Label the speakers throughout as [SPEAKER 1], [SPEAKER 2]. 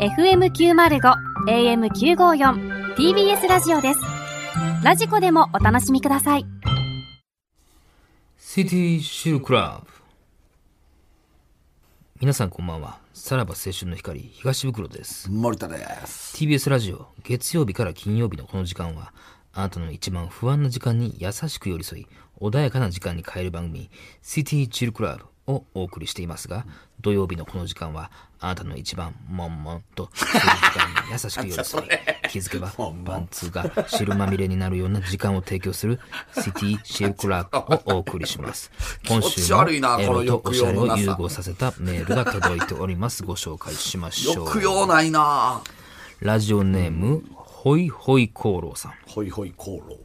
[SPEAKER 1] FM905 AM954 TBS ラジオですラジコでもお楽しみください
[SPEAKER 2] シティシルクラブ皆さんこんばんはさらば青春の光東袋です
[SPEAKER 3] 森田です。
[SPEAKER 2] TBS ラジオ月曜日から金曜日のこの時間はあなたの一番不安な時間に優しく寄り添い穏やかな時間に変える番組「シティチルクラブ」をお送りしていますが土曜日のこの時間はあなたの一番もんもんとする時間に優しく寄り添い気づけばパンツが汁まみれになるような時間を提供する「シティチルクラブ」をお送りします今
[SPEAKER 3] 気持
[SPEAKER 2] 週
[SPEAKER 3] ち悪いな
[SPEAKER 2] もエロと
[SPEAKER 3] こ
[SPEAKER 2] お
[SPEAKER 3] の抑
[SPEAKER 2] しゃ
[SPEAKER 3] 揚
[SPEAKER 2] れを
[SPEAKER 3] のなさ
[SPEAKER 2] 融合させたメールが届いておりますご紹介しましょう
[SPEAKER 3] 抑揚ないな
[SPEAKER 2] ラジオネーム、ホイホイコーローさん。
[SPEAKER 3] ほいほい功労。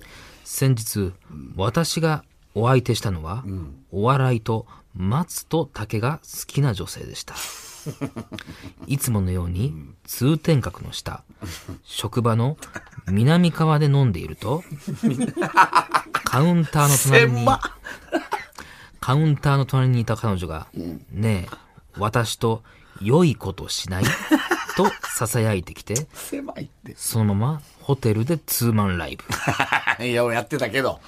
[SPEAKER 2] 先日、私がお相手したのは、お笑いと松と竹が好きな女性でした。いつものように通天閣の下、職場の南側で飲んでいると、カウンターの隣に、
[SPEAKER 3] 狭っ
[SPEAKER 2] カウンターの隣にいた彼女が、ねえ、私と良いことしないと囁いてきて、
[SPEAKER 3] 狭いって。
[SPEAKER 2] そのままホテルでツーマンライ
[SPEAKER 3] いや、やってたけど。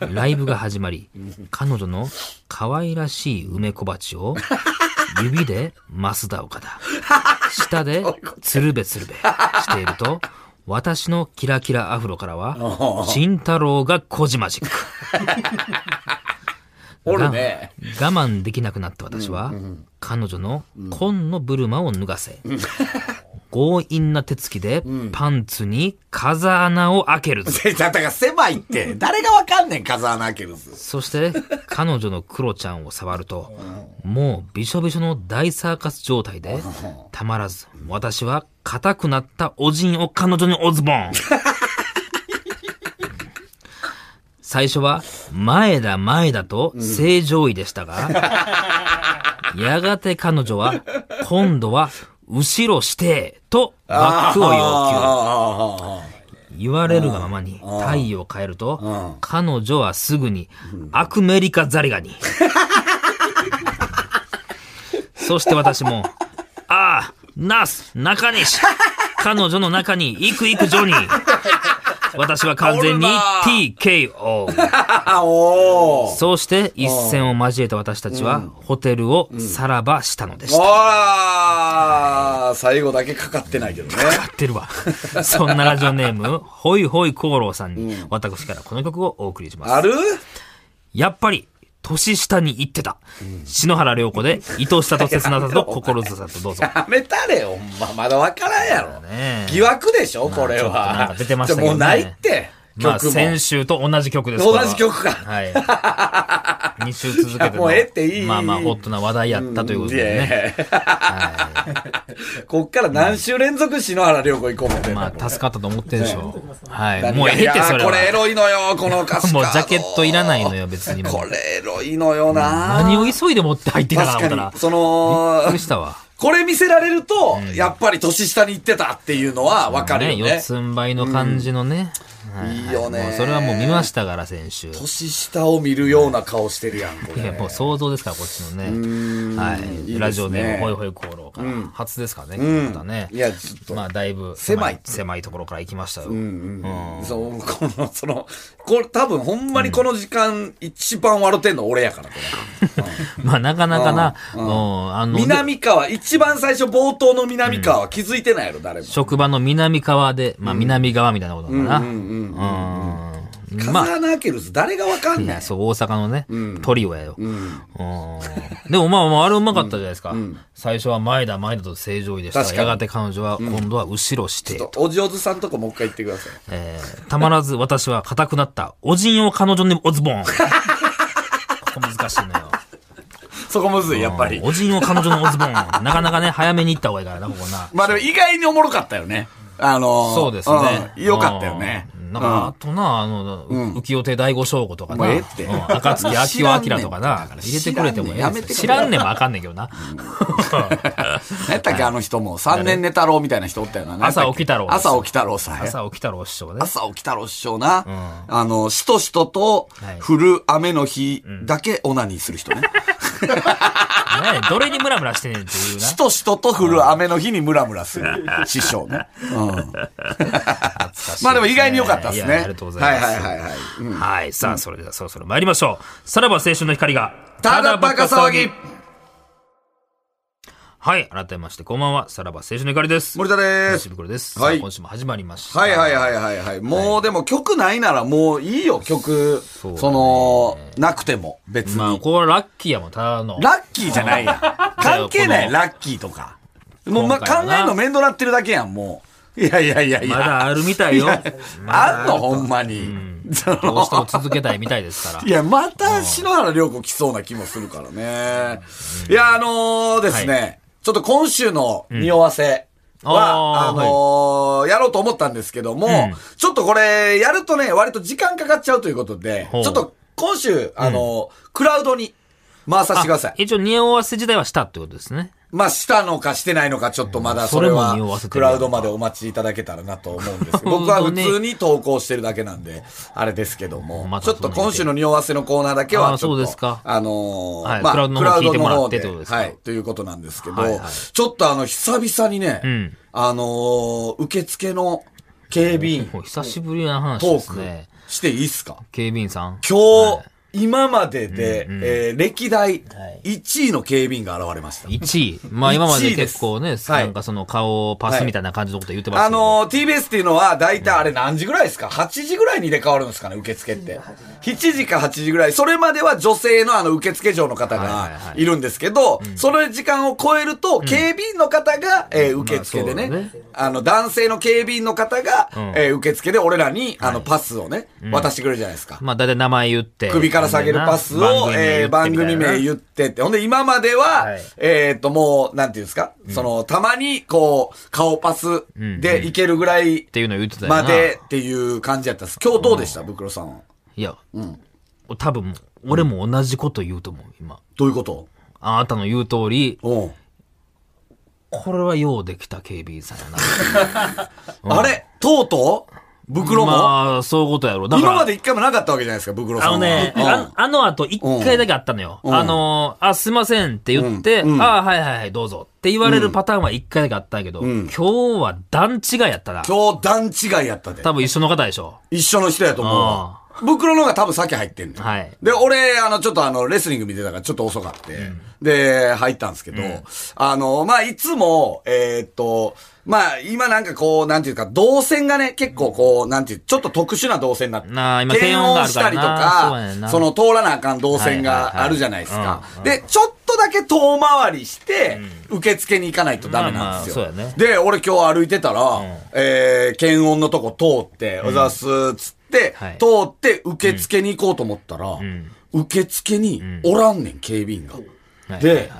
[SPEAKER 2] ブ。ライブが始まり、彼女の可愛らしい梅小鉢を、指で増田岡田、舌で鶴瓶鶴瓶していると、私のキラキラアフロからは、慎太郎が小島ジック。
[SPEAKER 3] おる
[SPEAKER 2] が
[SPEAKER 3] ね。
[SPEAKER 2] 我慢できなくなった私は、彼女の紺のブルマを脱がせ、強引な手つきでパンツに風穴を開ける。
[SPEAKER 3] だから狭いって。誰がわかんねん、風穴開けるす。
[SPEAKER 2] そして、彼女のクロちゃんを触ると、もうびしょびしょの大サーカス状態で、たまらず、私は硬くなったおじんを彼女におズボン。最初は、前だ前だと正常位でしたが、やがて彼女は、今度は、後ろして、と、バックを要求。
[SPEAKER 3] ああ。
[SPEAKER 2] 言われるがままに太陽を変えると、彼女はすぐにアクメリカザリ ガニ。そして私も、ああ、ナス、中西、彼女の中に行く行くジョニー。私は完全に
[SPEAKER 3] おるな
[SPEAKER 2] TKO。
[SPEAKER 3] おお。
[SPEAKER 2] そうして一戦を交えた私たちは、ホテルをさらばしたのでした。
[SPEAKER 3] ああ。最後だけかかってないけどね。
[SPEAKER 2] やってるわ。そんなラジオネーム、ホイホイコーローさんに、私からこの曲をお送りします。
[SPEAKER 3] ある
[SPEAKER 2] やっぱり、年下に言ってた。篠原涼子で、愛しさと切なさと心強さとどうぞ。
[SPEAKER 3] やめたれよ、ほんま。まだわからんやろ。
[SPEAKER 2] ねえ
[SPEAKER 3] 疑惑でしょ、これ
[SPEAKER 2] まあちょっとなんか
[SPEAKER 3] は。
[SPEAKER 2] 出てましたけ
[SPEAKER 3] も
[SPEAKER 2] どね
[SPEAKER 3] うないって。
[SPEAKER 2] まあ、
[SPEAKER 3] 曲も。
[SPEAKER 2] 先週と同じ曲です
[SPEAKER 3] 同
[SPEAKER 2] これは
[SPEAKER 3] じ曲か
[SPEAKER 2] はい。2週続けて
[SPEAKER 3] いや
[SPEAKER 2] の。
[SPEAKER 3] もうええっていい
[SPEAKER 2] まあまあ、ホットな話題やったということでね。
[SPEAKER 3] いやこっから何週連続篠原涼子行こうもんね。
[SPEAKER 2] まあ、助かったと思ってるでしょう。はい。
[SPEAKER 3] 何が
[SPEAKER 2] もうええって、
[SPEAKER 3] いや
[SPEAKER 2] それ
[SPEAKER 3] これ
[SPEAKER 2] は。
[SPEAKER 3] エロいのよ、この歌詞カード
[SPEAKER 2] もうジャケットいらないのよ、別にもう。
[SPEAKER 3] これエロいのよな。
[SPEAKER 2] 何を急いで持って入ってきたかな思
[SPEAKER 3] 確
[SPEAKER 2] った
[SPEAKER 3] からに。。その
[SPEAKER 2] びっく、りしたわ。
[SPEAKER 3] これ見せられると、やっぱり年下に行ってたっていうのはわかるよ
[SPEAKER 2] 四
[SPEAKER 3] ね。
[SPEAKER 2] つん這いの感じのね。はい
[SPEAKER 3] いよね
[SPEAKER 2] もうそれはもう見ましたから、先週。
[SPEAKER 3] 年下を見るような顔してるやん、こ
[SPEAKER 2] いや、
[SPEAKER 3] れ。
[SPEAKER 2] もう想像ですから、こっちのね。はい
[SPEAKER 3] いです
[SPEAKER 2] い。
[SPEAKER 3] ね
[SPEAKER 2] ラジオネーム、ほいほい功労から。初ですからね、この方ね。
[SPEAKER 3] いや、ちょっと。
[SPEAKER 2] まあ、だいぶ
[SPEAKER 3] 狭い
[SPEAKER 2] 狭いところから行きましたよ。
[SPEAKER 3] そう、この、その、これ多分ほんまにこの時間一番笑ってんの俺やから、これ。
[SPEAKER 2] まあ、なかなかな、うんあの、
[SPEAKER 3] 南川、一番最初冒頭の南川は気づいてないやろ、誰も。
[SPEAKER 2] 職場の南側で、まあ、南側みたいなことかな。うん。
[SPEAKER 3] カ
[SPEAKER 2] まあ、
[SPEAKER 3] ザーナーケルス、誰がわかん
[SPEAKER 2] い
[SPEAKER 3] な
[SPEAKER 2] や、
[SPEAKER 3] い。
[SPEAKER 2] そう、大阪のね、トリオやよ。うんでもまあまあ、あれうまかったじゃないですか。最初は前だ前だと正常位でしたが。
[SPEAKER 3] 確か
[SPEAKER 2] や
[SPEAKER 3] に
[SPEAKER 2] がて彼女は今度は後ろして、
[SPEAKER 3] お上手さんとこもう一回言ってください。
[SPEAKER 2] えーたまらず私は硬くなった、おじんを彼女におズボン。ここ難しいのよ。
[SPEAKER 3] そこむずい、 やっぱり
[SPEAKER 2] うん。おじんを彼女のおズボン。なかなかね、早めに行った方がいいからな、ここな。
[SPEAKER 3] まあでも意外におもろかったよね。あのー
[SPEAKER 2] そうですね。
[SPEAKER 3] うんよかったよね
[SPEAKER 2] う。んなんか、あとな、あの、浮世亭第五章吾とか
[SPEAKER 3] もう
[SPEAKER 2] な、
[SPEAKER 3] ええって
[SPEAKER 2] うん赤月秋葉明とかな、入れて
[SPEAKER 3] 知
[SPEAKER 2] く
[SPEAKER 3] ら
[SPEAKER 2] れ
[SPEAKER 3] んねん
[SPEAKER 2] てもええ
[SPEAKER 3] やめてくれ
[SPEAKER 2] 知らんねんもあかんねんけどな。
[SPEAKER 3] 何やったっけ、あの人も。三年寝太郎みたいな人おったよな。
[SPEAKER 2] 朝起き太郎
[SPEAKER 3] 朝起き太郎さんや。
[SPEAKER 2] 朝起きたろう師匠ね。
[SPEAKER 3] 朝起き太郎師匠な。あの、しとしとと
[SPEAKER 2] はい
[SPEAKER 3] 降る雨の日だけオナニーする人ね。
[SPEAKER 2] 何やねんどれにムラムラしてんねんっていうな
[SPEAKER 3] し。としとと降る雨の日にムラムラする。 師匠ね。うん。まあでも意外に良かったです
[SPEAKER 2] い
[SPEAKER 3] ね。
[SPEAKER 2] やありがとうございます。
[SPEAKER 3] はいはいはいはい。うん
[SPEAKER 2] はい。さあ、それではそろそろ参りましょう。さらば青春の光が、
[SPEAKER 3] ただバカ騒ぎ
[SPEAKER 2] はい。改めまして、こんばんは。さらば青春の光です。
[SPEAKER 3] 森田で
[SPEAKER 2] 西
[SPEAKER 3] す。
[SPEAKER 2] 袋です。
[SPEAKER 3] はい
[SPEAKER 2] さあ今週も始まりました。
[SPEAKER 3] はいはいはいはいはい。もうでも曲ないならもういいよ、曲。
[SPEAKER 2] うだ
[SPEAKER 3] そ
[SPEAKER 2] ね
[SPEAKER 3] の、なくても、別
[SPEAKER 2] まあ、
[SPEAKER 3] に。
[SPEAKER 2] これはラッキーやもん、ただの。
[SPEAKER 3] ラッキーじゃな いやん。関係ない、ラッキーとか。もうまあ
[SPEAKER 2] 今回
[SPEAKER 3] 考
[SPEAKER 2] はな
[SPEAKER 3] えるの面倒なってるだけやん、もう。いやいやいやい
[SPEAKER 2] まだ
[SPEAKER 3] や。
[SPEAKER 2] あるみたいよ。
[SPEAKER 3] あんの、ほんまに。その
[SPEAKER 2] どうしても続けたいみたいですから
[SPEAKER 3] い。や、また篠原涼子来そうな気もするからね。いや、あのーですね、
[SPEAKER 2] は
[SPEAKER 3] ちょっと今週の匂わせ
[SPEAKER 2] あー
[SPEAKER 3] は、あのーやろうと思ったんですけども、
[SPEAKER 2] ん
[SPEAKER 3] ちょっとこれ、やるとね、割と時間かかっちゃうということで、ち
[SPEAKER 2] ほ
[SPEAKER 3] ょ
[SPEAKER 2] う
[SPEAKER 3] っと今週、あのークラウドに回させてくださ
[SPEAKER 2] あ
[SPEAKER 3] い。
[SPEAKER 2] 一応、匂わせ自体はしたってことですね。
[SPEAKER 3] まあ、したのかしてないのか、ちょっとまだそれは
[SPEAKER 2] それも匂わせ、て
[SPEAKER 3] ク
[SPEAKER 2] るやん
[SPEAKER 3] ラ
[SPEAKER 2] か
[SPEAKER 3] ウドまでお待ちいただけたらなと思うんで すけど、僕は普通に投稿してるだけなんで、あれですけども、
[SPEAKER 2] また
[SPEAKER 3] ち
[SPEAKER 2] そ
[SPEAKER 3] ょ
[SPEAKER 2] ん
[SPEAKER 3] っ
[SPEAKER 2] な
[SPEAKER 3] と今週の匂わせのコーナーだけ
[SPEAKER 2] あ
[SPEAKER 3] は、
[SPEAKER 2] ー
[SPEAKER 3] ち
[SPEAKER 2] そ
[SPEAKER 3] ょ
[SPEAKER 2] うで
[SPEAKER 3] っ
[SPEAKER 2] す
[SPEAKER 3] と
[SPEAKER 2] か、
[SPEAKER 3] あの
[SPEAKER 2] はい
[SPEAKER 3] ー、ま
[SPEAKER 2] ク
[SPEAKER 3] あ、ク
[SPEAKER 2] ラウドの方
[SPEAKER 3] ラウ
[SPEAKER 2] 聞い
[SPEAKER 3] ドの方
[SPEAKER 2] てもらってって
[SPEAKER 3] で
[SPEAKER 2] ことで、すか
[SPEAKER 3] はい、ということなんですけど
[SPEAKER 2] はいはい、
[SPEAKER 3] ちょっとあの、久々にね
[SPEAKER 2] ん、
[SPEAKER 3] あのー、受付の警備員、
[SPEAKER 2] もう久しぶりな話
[SPEAKER 3] ト
[SPEAKER 2] です
[SPEAKER 3] ー
[SPEAKER 2] ね
[SPEAKER 3] ク。していいっすか
[SPEAKER 2] 警備員さん。
[SPEAKER 3] 今日、
[SPEAKER 2] は
[SPEAKER 3] 今までで、えー歴代
[SPEAKER 2] はい
[SPEAKER 3] 1位の警備員が現れました。
[SPEAKER 2] 1位。まあ今まで結構
[SPEAKER 3] 1位
[SPEAKER 2] ね、
[SPEAKER 3] ですはい
[SPEAKER 2] なんかその顔をパスみたいな感じのこと言ってました
[SPEAKER 3] あ
[SPEAKER 2] けど、
[SPEAKER 3] のー、TBS っていうのは、大体あれ何時ぐらいですか ?8 時ぐらいに入れ替わるんですかね、受付って。7時か8時ぐらい。それまでは女性のあの、受付嬢の方
[SPEAKER 2] はいはい
[SPEAKER 3] が
[SPEAKER 2] はい
[SPEAKER 3] いるんですけど、その時間を超えると、警備員の方が、えー受付でね、
[SPEAKER 2] まあそうだ
[SPEAKER 3] あの、男性の警備員の方が、
[SPEAKER 2] うん
[SPEAKER 3] えー受付で俺らに、あの、パスをね、渡してくれるじゃないですか。
[SPEAKER 2] まあ大体名前言って。
[SPEAKER 3] 首から下げるパスを、えー番組名
[SPEAKER 2] っ
[SPEAKER 3] 言ってって。ほんで、今までは、
[SPEAKER 2] はい
[SPEAKER 3] えーっと、もう、なんていうんですか、その、たまに、こう、顔パスでいけるぐらい
[SPEAKER 2] ていうのを言ってたよな。
[SPEAKER 3] までっていう感じやったんです。今日どうでした、ブクロさんは。
[SPEAKER 2] いや、多分、俺も同じこと言うと思う、今。
[SPEAKER 3] どういうこと
[SPEAKER 2] あなたの言う通り、
[SPEAKER 3] おう
[SPEAKER 2] これはようできた警備員さんやな。
[SPEAKER 3] あれとうとうブクロも、
[SPEAKER 2] まあ、そういうことやろ。だから
[SPEAKER 3] 今まで一回もなかったわけじゃないですか、ブクロさ
[SPEAKER 2] あ
[SPEAKER 3] んは。
[SPEAKER 2] のね、
[SPEAKER 3] うん
[SPEAKER 2] ああの後一回だけあったのよ。
[SPEAKER 3] ん
[SPEAKER 2] あのーあ、すいませんって言って、
[SPEAKER 3] うんうん
[SPEAKER 2] ああ、はいはいはい、どうぞって言われるパターンは一回だけあったんやけど、
[SPEAKER 3] ん
[SPEAKER 2] 今日は段違いやったな。
[SPEAKER 3] 今日段違いやったで。
[SPEAKER 2] 多分一緒の方でしょ。
[SPEAKER 3] 一緒の人やと思うわ。袋の方が多分先入ってんねん。
[SPEAKER 2] はい
[SPEAKER 3] で、俺、あの、ちょっとあの、レスリング見てたからちょっと遅かって、で、入ったんですけど、あの、まあ、いつも、えーっと、まあ、今なんかこう、なんていうか、動線がね、結構こう、なんていう、ちょっと特殊な動線になって、
[SPEAKER 2] なあ今
[SPEAKER 3] 検
[SPEAKER 2] 検温があ
[SPEAKER 3] 温
[SPEAKER 2] る
[SPEAKER 3] し
[SPEAKER 2] か
[SPEAKER 3] た
[SPEAKER 2] ら
[SPEAKER 3] り
[SPEAKER 2] な
[SPEAKER 3] と
[SPEAKER 2] そうやねん
[SPEAKER 3] か、
[SPEAKER 2] な
[SPEAKER 3] その通らなあかん動線
[SPEAKER 2] はいはいは
[SPEAKER 3] が
[SPEAKER 2] い
[SPEAKER 3] あるじゃないですか
[SPEAKER 2] うんう。ん
[SPEAKER 3] で、ちょっとだけ遠回りして、受付に行かないとダメなんですよ。
[SPEAKER 2] まあまあそうやね
[SPEAKER 3] で、俺今日歩いてたら、えー、検温のとこ通って、おざすっつって、
[SPEAKER 2] はい
[SPEAKER 3] 通って受付に行こうと思ったら、
[SPEAKER 2] ん
[SPEAKER 3] 受付におらんねん、警備員が。
[SPEAKER 2] はい
[SPEAKER 3] で、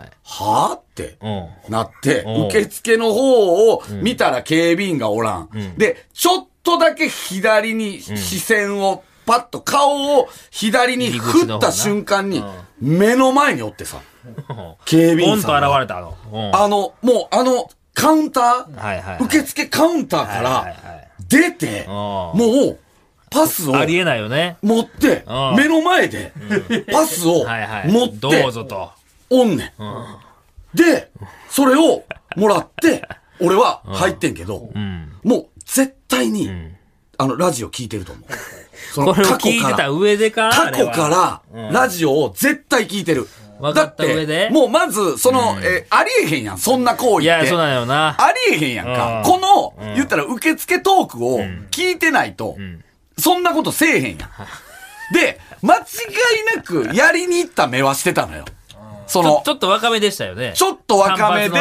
[SPEAKER 2] は
[SPEAKER 3] は
[SPEAKER 2] い
[SPEAKER 3] ぁって
[SPEAKER 2] うん。
[SPEAKER 3] なって、
[SPEAKER 2] うん
[SPEAKER 3] 受付の方を見たら警備員がおらん。で、ちょっとだけ左に視線を、パッと顔を左に振った瞬間に
[SPEAKER 2] 入り口の方な、
[SPEAKER 3] 目の前におってさ、 警備員さん
[SPEAKER 2] ポン
[SPEAKER 3] が
[SPEAKER 2] と現れたの。うん
[SPEAKER 3] あの、もうあの、カウンター、
[SPEAKER 2] はいはいはい
[SPEAKER 3] 受付カウンターか
[SPEAKER 2] はいはいは
[SPEAKER 3] ら
[SPEAKER 2] い、
[SPEAKER 3] 出て、も
[SPEAKER 2] うん
[SPEAKER 3] う、パスを
[SPEAKER 2] ありえないよね。
[SPEAKER 3] 持って
[SPEAKER 2] う、ん
[SPEAKER 3] 目の前で、パスを
[SPEAKER 2] はいはい。
[SPEAKER 3] 持っ
[SPEAKER 2] どうぞ
[SPEAKER 3] て、
[SPEAKER 2] と。
[SPEAKER 3] おんねん。で、それをもらって、俺は入ってんけど、もう絶対に、あの、ラジオ聞いてると思う。そ
[SPEAKER 2] こ
[SPEAKER 3] の
[SPEAKER 2] れを
[SPEAKER 3] 過去
[SPEAKER 2] 聞い
[SPEAKER 3] か
[SPEAKER 2] てた
[SPEAKER 3] ら、
[SPEAKER 2] 上でか
[SPEAKER 3] 過去から、ラジオを絶対聞いてる。
[SPEAKER 2] 分かった上で
[SPEAKER 3] だってもうまず、その、えー、ありえへんやん、そんな行為って。
[SPEAKER 2] いや、そうなんだよな。
[SPEAKER 3] ありえへんやんか。
[SPEAKER 2] う
[SPEAKER 3] この、言ったら受付トークを聞いてないと、そんなことせえへん やん。で、間違いなくやりに行った目はしてたのよ。そ
[SPEAKER 2] ちょ
[SPEAKER 3] の
[SPEAKER 2] ち、ょっと若めでしたよね。
[SPEAKER 3] ちょっと若めで、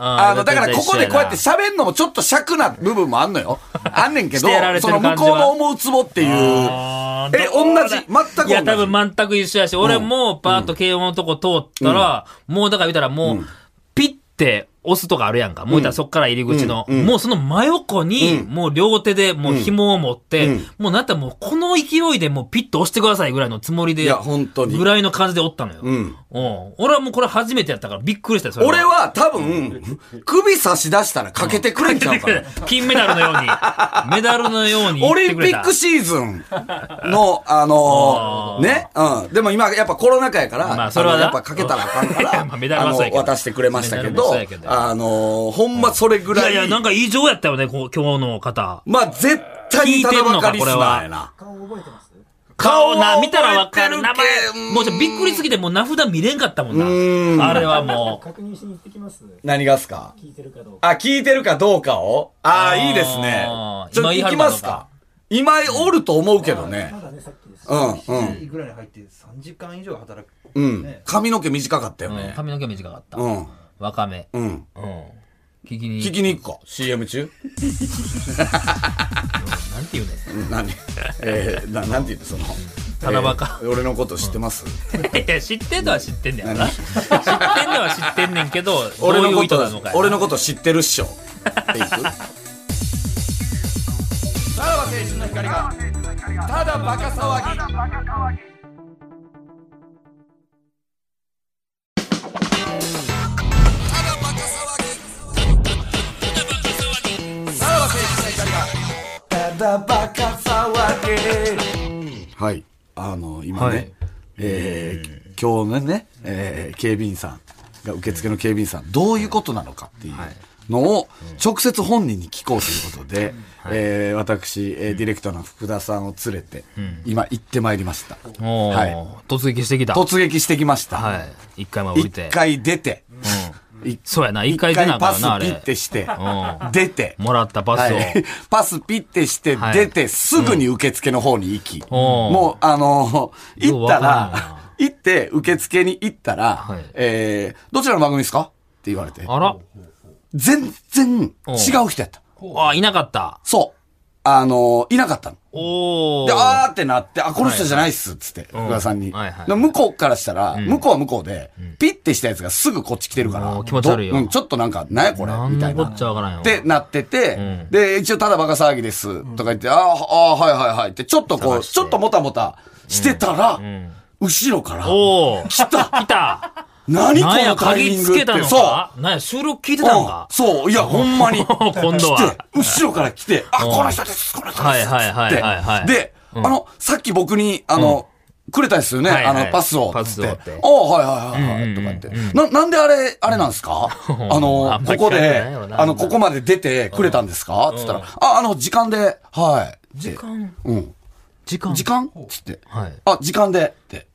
[SPEAKER 3] あの、だからここでこうやって
[SPEAKER 2] し
[SPEAKER 3] 喋んのもちょっと尺な部分もあん のよ。あんねんけど
[SPEAKER 2] してやら、れて
[SPEAKER 3] そ
[SPEAKER 2] る
[SPEAKER 3] の
[SPEAKER 2] 感じは
[SPEAKER 3] 向こうの思うツボっていう、
[SPEAKER 2] あー
[SPEAKER 3] え
[SPEAKER 2] どうだ
[SPEAKER 3] 同じ全く同じ
[SPEAKER 2] いや、多分全く一緒やし、俺もパーッと慶応のとこ通ったら、もうだから言うたらもう、ピッて、押すとかあるやんか。もういったらそっから入り口の、もうその真横に、もう両手でもう紐を持って、もうなったらもうこの勢いでもうピッと押してくださいぐらいのつもりで、
[SPEAKER 3] いや本当に。
[SPEAKER 2] ぐらいの感じでおったのよ。うん俺はもうこれ初めてやったからびっくりしたよ、それ
[SPEAKER 3] 俺は多分、首差し出したらかけてくれんちゃうかな。
[SPEAKER 2] 金メダルのように、メダルのように言
[SPEAKER 3] オ
[SPEAKER 2] って
[SPEAKER 3] リン
[SPEAKER 2] くれ
[SPEAKER 3] ピッ
[SPEAKER 2] た。
[SPEAKER 3] クシーズン の、あのーね、うん。でも今、やっぱコロナ禍やから、
[SPEAKER 2] まあそれはな
[SPEAKER 3] のやっぱかけたらあかんか
[SPEAKER 2] いや
[SPEAKER 3] ら、
[SPEAKER 2] まあメダルはそうやけど
[SPEAKER 3] あの渡してくれましたけ
[SPEAKER 2] メダルも
[SPEAKER 3] ど
[SPEAKER 2] そうやけ、ど
[SPEAKER 3] あのーほんまそれぐ
[SPEAKER 2] いや
[SPEAKER 3] らい、
[SPEAKER 2] いや、なんか異常やったよね、こう今日の方。
[SPEAKER 3] まあ絶対にただばかり
[SPEAKER 2] 聞いてんのかこれ
[SPEAKER 3] ス
[SPEAKER 2] は
[SPEAKER 3] ナーやな。
[SPEAKER 2] 顔な、
[SPEAKER 3] 顔
[SPEAKER 2] 見たらわかる。名
[SPEAKER 3] 覚えてるけ
[SPEAKER 2] 前、もうちょっとびっくりすぎて、もう名札見れんかったもんな。あれはも う。
[SPEAKER 4] 確認しに行ってきます
[SPEAKER 3] 何がっすか
[SPEAKER 4] 聞いてるかどうか
[SPEAKER 3] あ、聞いてるかどうかをああ、いいですね
[SPEAKER 2] あ。ー
[SPEAKER 3] ちょっと
[SPEAKER 2] 今言い張
[SPEAKER 3] 行き
[SPEAKER 2] るか
[SPEAKER 3] ま
[SPEAKER 2] どうか
[SPEAKER 3] すか。今おると思うけどね
[SPEAKER 4] ま。だねさっきです
[SPEAKER 3] うん、
[SPEAKER 5] 7時ぐらいに入って3時間以上働く。
[SPEAKER 3] うん、うん。髪の毛短かったよ
[SPEAKER 2] うん
[SPEAKER 3] ね。
[SPEAKER 2] 髪の毛短かった
[SPEAKER 3] う。ん、
[SPEAKER 2] わかめ。
[SPEAKER 3] うん。
[SPEAKER 2] うん。聞きに。
[SPEAKER 3] 聞きに行くか。CM 中
[SPEAKER 2] なんて言う ねん。
[SPEAKER 3] 何えー、ななんて言ってその。
[SPEAKER 2] タラバカ
[SPEAKER 3] えー俺のこと知ってます、
[SPEAKER 2] いや、知ってんのは知ってんねんやろな。知ってんのは知ってんねんけど、どう
[SPEAKER 3] 俺の
[SPEAKER 2] いう
[SPEAKER 3] こ
[SPEAKER 2] 意図
[SPEAKER 3] と
[SPEAKER 2] なのか。
[SPEAKER 3] 俺のこと知ってるっしょっていくさらば青春の光がただバカ騒ぎはいあの今
[SPEAKER 2] は
[SPEAKER 3] ね、
[SPEAKER 2] い
[SPEAKER 3] えー今日のね、えー警備員さんが受付の警備員さんどういうことなのかっていうのを直接本人に聞こうということで、えー私、えーディレクターの福田さんを連れて、今行ってまいりました
[SPEAKER 2] お
[SPEAKER 3] はい
[SPEAKER 2] ー突撃してきた。は
[SPEAKER 3] 突撃してきました、
[SPEAKER 2] い。一回も降り
[SPEAKER 3] 一
[SPEAKER 2] て。
[SPEAKER 3] 回出て、一
[SPEAKER 2] そうやな、一回出なあ
[SPEAKER 3] パ
[SPEAKER 2] か
[SPEAKER 3] ス
[SPEAKER 2] ん
[SPEAKER 3] ピ
[SPEAKER 2] な、あ
[SPEAKER 3] ッ
[SPEAKER 2] れ。
[SPEAKER 3] てして
[SPEAKER 2] う、
[SPEAKER 3] 出て、
[SPEAKER 2] もらったパスを。
[SPEAKER 3] はい、パスピッてして、
[SPEAKER 2] はい
[SPEAKER 3] 出て、すぐに受付の方に行き、
[SPEAKER 2] おー
[SPEAKER 3] もう、あのー
[SPEAKER 2] よう
[SPEAKER 3] 行っ
[SPEAKER 2] わか
[SPEAKER 3] た
[SPEAKER 2] らんな
[SPEAKER 3] ら、行って、受付に行ったら、
[SPEAKER 2] はい
[SPEAKER 3] えー、どちらの番組ですかって言われて、
[SPEAKER 2] あら
[SPEAKER 3] 全然違
[SPEAKER 2] お
[SPEAKER 3] う人やった。
[SPEAKER 2] あ、いなかった。
[SPEAKER 3] そう。あのーいなかったの。
[SPEAKER 2] お
[SPEAKER 3] で、
[SPEAKER 2] ー。
[SPEAKER 3] あーってなって、あ、この人じゃないっす、つって、
[SPEAKER 2] ん
[SPEAKER 3] 福田さんに。
[SPEAKER 2] はいはい
[SPEAKER 3] で向こうからしたら、向こうは向こうで、ピッてしたやつがすぐこっち来てるから、
[SPEAKER 2] もう気持ち悪いよ
[SPEAKER 3] どうんちょっとなんか、なんやこれ
[SPEAKER 2] な、ん
[SPEAKER 3] みたい
[SPEAKER 2] のこ
[SPEAKER 3] な。
[SPEAKER 2] っちゃわからんよ。
[SPEAKER 3] ってなってて、
[SPEAKER 2] うん
[SPEAKER 3] で、一応ただバカ騒ぎです、とか言って、あーあー、はいはいはいって、ちょっとこう、
[SPEAKER 2] して
[SPEAKER 3] ちょっともたもたしてたら、
[SPEAKER 2] ん
[SPEAKER 3] 後ろから、
[SPEAKER 2] おー。
[SPEAKER 3] 来た
[SPEAKER 2] 来た
[SPEAKER 3] 何こ
[SPEAKER 2] なんや、
[SPEAKER 3] のタイ
[SPEAKER 2] 鍵
[SPEAKER 3] ミン
[SPEAKER 2] つ
[SPEAKER 3] グっ
[SPEAKER 2] け
[SPEAKER 3] て
[SPEAKER 2] たの
[SPEAKER 3] そう
[SPEAKER 2] かなんや、収録聞いてた
[SPEAKER 3] うん
[SPEAKER 2] んか
[SPEAKER 3] そう、いや、ほんま に。
[SPEAKER 2] 今度は
[SPEAKER 3] 来て、後ろから来て、あ、
[SPEAKER 2] うん
[SPEAKER 3] この人です、この人です。
[SPEAKER 2] はいはいはいはいはい
[SPEAKER 3] つってで、
[SPEAKER 2] うん
[SPEAKER 3] あの、さっき僕に、あの、くれたですよね、
[SPEAKER 2] はいはい
[SPEAKER 3] あの、パスを。
[SPEAKER 2] パスを
[SPEAKER 3] つっ
[SPEAKER 2] って
[SPEAKER 3] て。あはいはいはい
[SPEAKER 2] うんうんうん
[SPEAKER 3] はい。とか言って。な、なんであれ、あれなんで すかあの
[SPEAKER 2] あん、まり聞
[SPEAKER 3] ここ
[SPEAKER 2] かれない
[SPEAKER 3] で
[SPEAKER 2] よ、な
[SPEAKER 3] あの、ここまで出てくれたんですかつったら、あ、あの、時間で、はい。時
[SPEAKER 2] 間
[SPEAKER 3] うん。
[SPEAKER 2] 時間
[SPEAKER 3] 時間つって。
[SPEAKER 2] はい。
[SPEAKER 3] あ、時間で、って。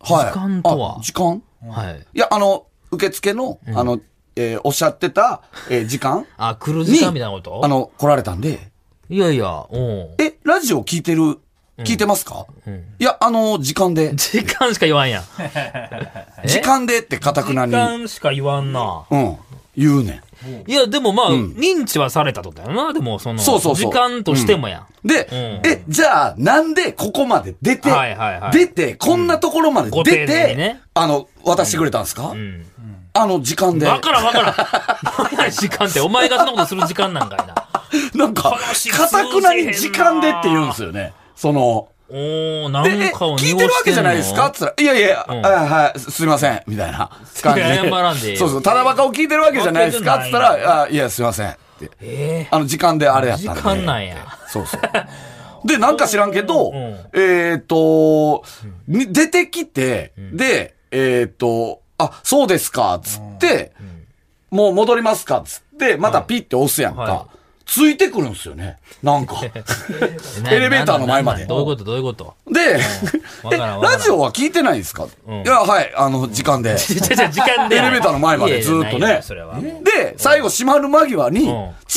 [SPEAKER 3] はい。
[SPEAKER 2] 時間とは
[SPEAKER 3] あ時間
[SPEAKER 2] はい。
[SPEAKER 3] いや、あの、受付の、あの、えーおっしゃってた、えー 時間
[SPEAKER 2] あ、来る時
[SPEAKER 3] に、
[SPEAKER 2] 間みたいなこと
[SPEAKER 3] あの、来られたんで、
[SPEAKER 2] いやいや、うん。
[SPEAKER 3] え、ラジオ聞いてる、聞いてますか、いや、あの、時間 で、
[SPEAKER 2] 時間しか言わんやん。え
[SPEAKER 3] 時間でってかたくな
[SPEAKER 2] 時
[SPEAKER 3] に、
[SPEAKER 2] 間しか言わんな。
[SPEAKER 3] うん、言うね
[SPEAKER 2] いや、でもまあ、認知はされたとだよな。でも、その、
[SPEAKER 3] そうそうそう
[SPEAKER 2] 時間としてもやん。
[SPEAKER 3] ん。で、
[SPEAKER 2] うん
[SPEAKER 3] え、じゃあ、なんでここまで出て、
[SPEAKER 2] はいはいはい
[SPEAKER 3] 出て、こんなところまで
[SPEAKER 2] ご
[SPEAKER 3] 出
[SPEAKER 2] 丁寧
[SPEAKER 3] て、
[SPEAKER 2] にね
[SPEAKER 3] あの、渡してくれたんですか、
[SPEAKER 2] ん
[SPEAKER 3] あの、時間で。
[SPEAKER 2] わからんわ からん。何や時間って、お前がそんなことする時間なんかいな。
[SPEAKER 3] なんか、
[SPEAKER 2] し
[SPEAKER 3] かたくなに時間でって言うんですよね。その、
[SPEAKER 2] おー、なん
[SPEAKER 3] で、え
[SPEAKER 2] かを濁してん
[SPEAKER 3] 聞い
[SPEAKER 2] の
[SPEAKER 3] てるわけじゃないですかって言ったら、いやいや、あはい、すすいません、みたいな感じで。
[SPEAKER 2] 謝らんでいいよ
[SPEAKER 3] そうそう、ただバカを聞いてるわけじゃないですかって言った
[SPEAKER 2] わけじゃ
[SPEAKER 3] ら、あいや、すいません。って
[SPEAKER 2] え
[SPEAKER 3] あの、時間であれやっ
[SPEAKER 2] ー、時
[SPEAKER 3] たんで。
[SPEAKER 2] 間なんや。
[SPEAKER 3] そうそう。で、なんか知らんけど、
[SPEAKER 2] うん
[SPEAKER 3] えっ、と、に出てきて、で、えっ、と、あ、そうですか、つって、もう戻りますか、つって、またピッて押すやんか。
[SPEAKER 2] は
[SPEAKER 3] ついてくるんですよね。なん か。
[SPEAKER 2] な
[SPEAKER 3] エレベーターの前まで
[SPEAKER 2] なななどういうことどういう こと
[SPEAKER 3] で、
[SPEAKER 2] わ
[SPEAKER 3] え、
[SPEAKER 2] からんわからん
[SPEAKER 3] ラジオは聞いてないんですか、
[SPEAKER 2] ん
[SPEAKER 3] いや、はい、あの、時間で。
[SPEAKER 2] ちょちょちょ時間で。
[SPEAKER 3] エレベーターの前までずっとね
[SPEAKER 2] いやいやないよそれは。
[SPEAKER 3] で、最後閉まる間際に、
[SPEAKER 2] ん
[SPEAKER 3] ち